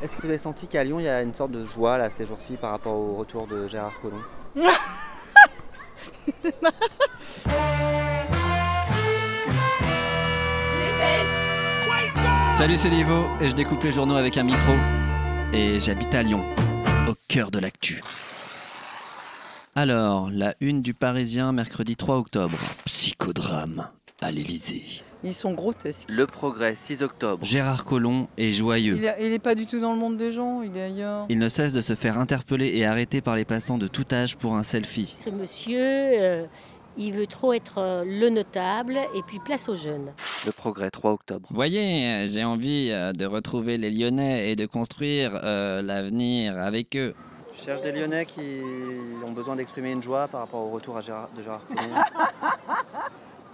Est-ce que vous avez senti qu'à Lyon, il y a une sorte de joie là, ces jours-ci par rapport au retour de Gérard Collomb Salut, c'est Livo et je découpe les journaux avec un micro. Et j'habite à Lyon, au cœur de l'actu. Alors, la une du Parisien, mercredi 3 octobre. Psychodrame à l'Élysée. Ils sont grotesques. Le Progrès, 6 octobre. Gérard Collomb est joyeux. Il, a- il est pas du tout dans le monde des gens, il est ailleurs. Il ne cesse de se faire interpeller et arrêter par les passants de tout âge pour un selfie. Ce monsieur, euh, il veut trop être euh, le notable et puis place aux jeunes. Le progrès, 3 octobre. Voyez, j'ai envie euh, de retrouver les Lyonnais et de construire euh, l'avenir avec eux. Je cherche des Lyonnais qui ont besoin d'exprimer une joie par rapport au retour à Gérard- de Gérard Collomb.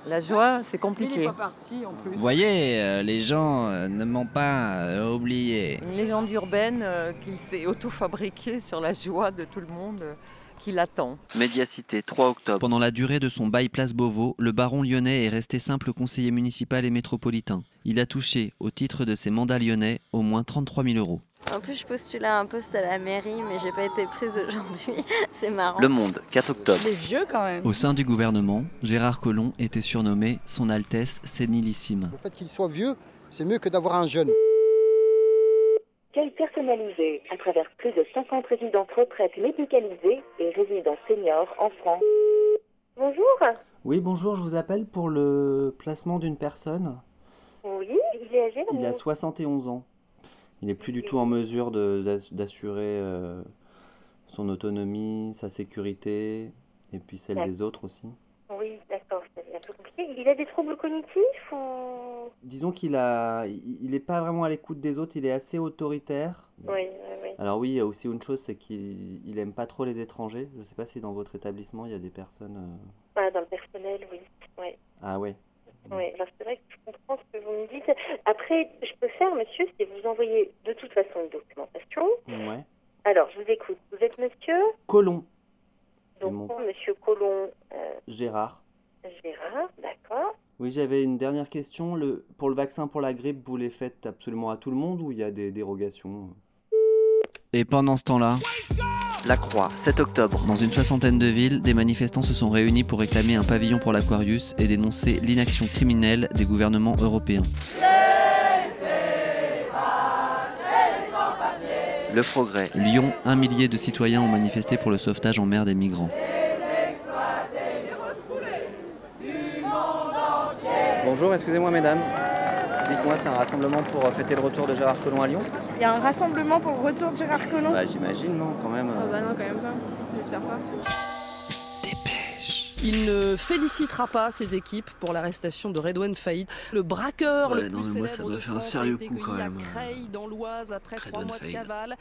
La joie, c'est Il est compliqué. pas parti en plus. Voyez, euh, les gens euh, ne m'ont pas euh, oublié. Une légende urbaine euh, qu'il s'est auto-fabriquée sur la joie de tout le monde euh, qui l'attend. Médiacité, 3 octobre. Pendant la durée de son bail place Beauvau, le baron lyonnais est resté simple conseiller municipal et métropolitain. Il a touché, au titre de ses mandats lyonnais, au moins 33 000 euros. En plus, je postulais à un poste à la mairie, mais j'ai pas été prise aujourd'hui. C'est marrant. Le Monde, 4 octobre. Il est vieux quand même. Au sein du gouvernement, Gérard Collomb était surnommé Son Altesse Sénilissime. Le fait qu'il soit vieux, c'est mieux que d'avoir un jeune. Quelle personnalisée à travers plus de 500 résidences retraites médicalisées et résidences seniors en France. Bonjour. Oui, bonjour, je vous appelle pour le placement d'une personne. Oui, il est âgé. Il a 71 ans. Il n'est plus du tout en mesure de- d'ass- d'assurer euh, son autonomie, sa sécurité, et puis celle des autres aussi. Oui, d'accord, c'est un peu compliqué. Il a des troubles cognitifs ou... Disons qu'il a, il il est pas vraiment à l'écoute des autres, il est assez autoritaire. Oui, oui, oui. Alors oui, il y a aussi une chose, c'est qu'il il aime pas trop les étrangers. Je sais pas si dans votre établissement il y a des personnes. euh, Ah, dans le personnel, oui. Oui, Ah ouais. oui. Alors c'est vrai que je comprends ce que vous me dites. Après, je peux faire, monsieur, c'est vous envoyer de toute façon une documentation. Ouais. Alors, je vous écoute. Vous êtes monsieur Colomb, Donc, Mon- monsieur Colomb euh, Gérard. Gérard, d'accord. Oui, j'avais une dernière question. Le, pour le vaccin pour la grippe, vous les faites absolument à tout le monde ou il y a des dérogations? Et pendant ce temps-là, La Croix, 7 octobre. dans une soixantaine de villes, des manifestants se sont réunis pour réclamer un pavillon pour l'Aquarius et dénoncer l'inaction criminelle des gouvernements européens. Le progrès. Lyon, un millier de citoyens ont manifesté pour le sauvetage en mer des migrants. Bonjour, excusez-moi mesdames. Dites-moi, c'est un rassemblement pour euh, fêter le retour de Gérard Collomb à Lyon Il y a un rassemblement pour le retour de Gérard Collomb. Bah j'imagine, non, quand même. euh. Ah bah non, quand même pas. J'espère pas. Il ne félicitera pas ses équipes pour l'arrestation de Redouane Faïd, le braqueur Ouais, le non, plus mais moi, ça célèbre doit de faire un France, sérieux a été coup, quand cueilli à même, euh, Creil, dans l'Oise, après trois Redouane mois de Faïd. cavale.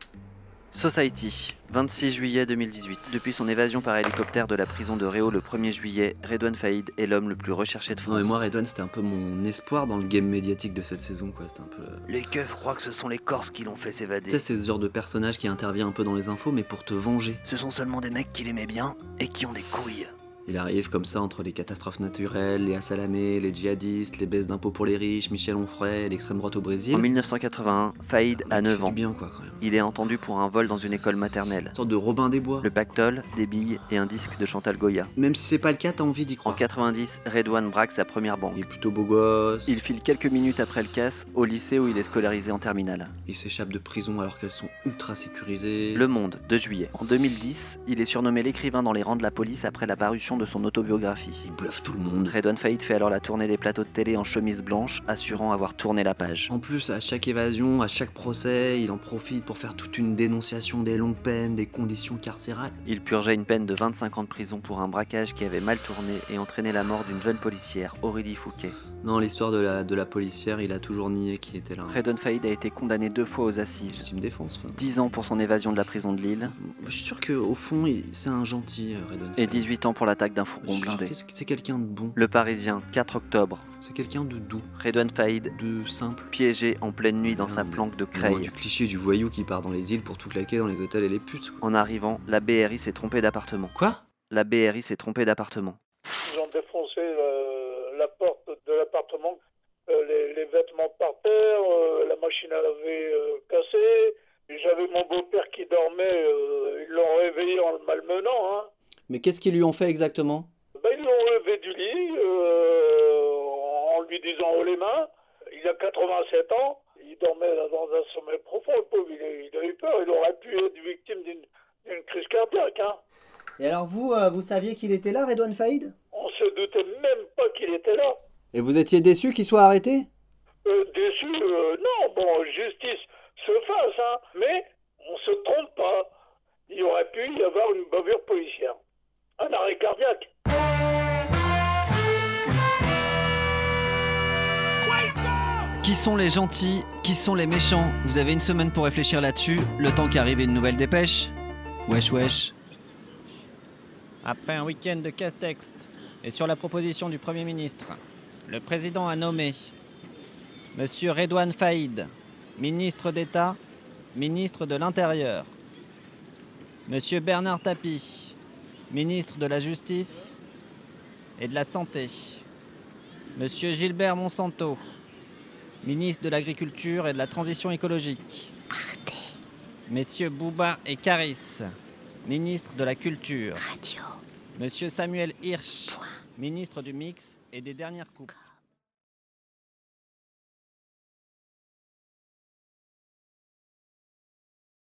Society, 26 juillet 2018. Depuis son évasion par hélicoptère de la prison de Réau le 1er juillet, Redouane Faïd est l'homme le plus recherché de Non, mais moi, Redouane, c'était un peu mon espoir dans le game médiatique de cette saison, quoi. C'était un peu. Les keufs croient que ce sont les Corses qui l'ont fait Tu sais, s'évader. c'est ce genre de personnage qui intervient un peu dans les infos, mais pour te venger. Ce sont seulement des mecs qui l'aimaient bien et qui ont des couilles. Il arrive comme ça entre les catastrophes naturelles, les assalamés, les djihadistes, les baisses d'impôts pour les riches, Michel Onfray, l'extrême droite au Brésil. En 1981, Faïd Putain, a mec, 9 fait ans. du bien, quoi, quand même. Il est entendu pour un vol dans une école maternelle. Une sorte de Robin des Bois. Le pactole, des billes et un disque de Chantal Goya. Même si c'est pas le cas, t'as envie d'y En croire. 90, Redouane braque sa première banque. Il est plutôt beau gosse. Il file quelques minutes après le casse au lycée où il est scolarisé en terminale. Il s'échappe de prison alors qu'elles sont ultra sécurisées. Le Monde, 2 juillet. En 2010, il est surnommé l'écrivain dans les rangs de la police après la parution de son autobiographie. Il bluffe tout le monde. Redouane Faïd fait alors la tournée des plateaux de télé en chemise blanche, assurant avoir tourné la page. En plus, à chaque évasion, à chaque procès, il en profite pour faire toute une dénonciation des longues peines, des conditions carcérales. Il purgeait une peine de 25 ans de prison pour un braquage qui avait mal tourné et entraîné la mort d'une jeune policière, Aurélie Fouquet. Non, l'histoire de la, de la policière, il a toujours nié qu'il était là. Redouane Faïd a été condamné deux fois aux assises. Légitime défense. enfin. 10 ans pour son évasion de la prison de Lille Je suis sûr qu'au fond, il- c'est un gentil, euh, Redon. et 18 ans pour l'attaque d'un Je fourgon suis sûr blindé. que c'est- c'est quelqu'un de bon, Le Parisien, 4 octobre. c'est quelqu'un de doux, Redouane Faïd, de simple. piégé en pleine nuit dans sa Non, mais- planque de Loin Creil. Du cliché du voyou qui part dans les îles pour tout claquer dans les hôtels et les putes. quoi. En arrivant, la BRI s'est trompée d'appartement. Quoi La BRI s'est trompée d'appartement. Ils ont défoncé euh, la porte de Euh, l'appartement, les, vêtements par terre, la machine à laver euh, cassée, mon beau-père qui dormait, euh, ils l'ont réveillé en le malmenant. Hein. Mais qu'est-ce qu'ils lui ont fait exactement Ben, ils l'ont levé du lit euh, en lui disant haut les mains. Il a 87 ans. Il dormait dans un sommeil profond, le pauvre. Il a, il a eu peur. Il aurait pu être victime d'une d'une crise cardiaque. Hein. Et alors vous, euh, vous saviez qu'il était là, Redouane Faïd On se doutait même pas qu'il était là. Et vous étiez déçu qu'il soit arrêté Euh, déçu, euh, non, bon, justice se fasse, hein, mais on se trompe pas. Il aurait pu y avoir une bavure policière. Un arrêt cardiaque. Qui sont les gentils Qui sont les méchants Vous avez une semaine pour réfléchir là-dessus, le temps qu'arrive une nouvelle dépêche. Wesh wesh. Après un week-end de casse-texte et sur la proposition du Premier ministre, le président a nommé Monsieur Redouane Faïd, ministre d'État, ministre de l'Intérieur. Monsieur Bernard Tapie, ministre de la Justice et de la Santé. Monsieur Gilbert Monsanto, ministre de l'Agriculture et de la Transition écologique. Messieurs Bouba et Caris, ministre de la Culture. Monsieur Samuel Hirsch, ministre du Mix et des dernières coupes.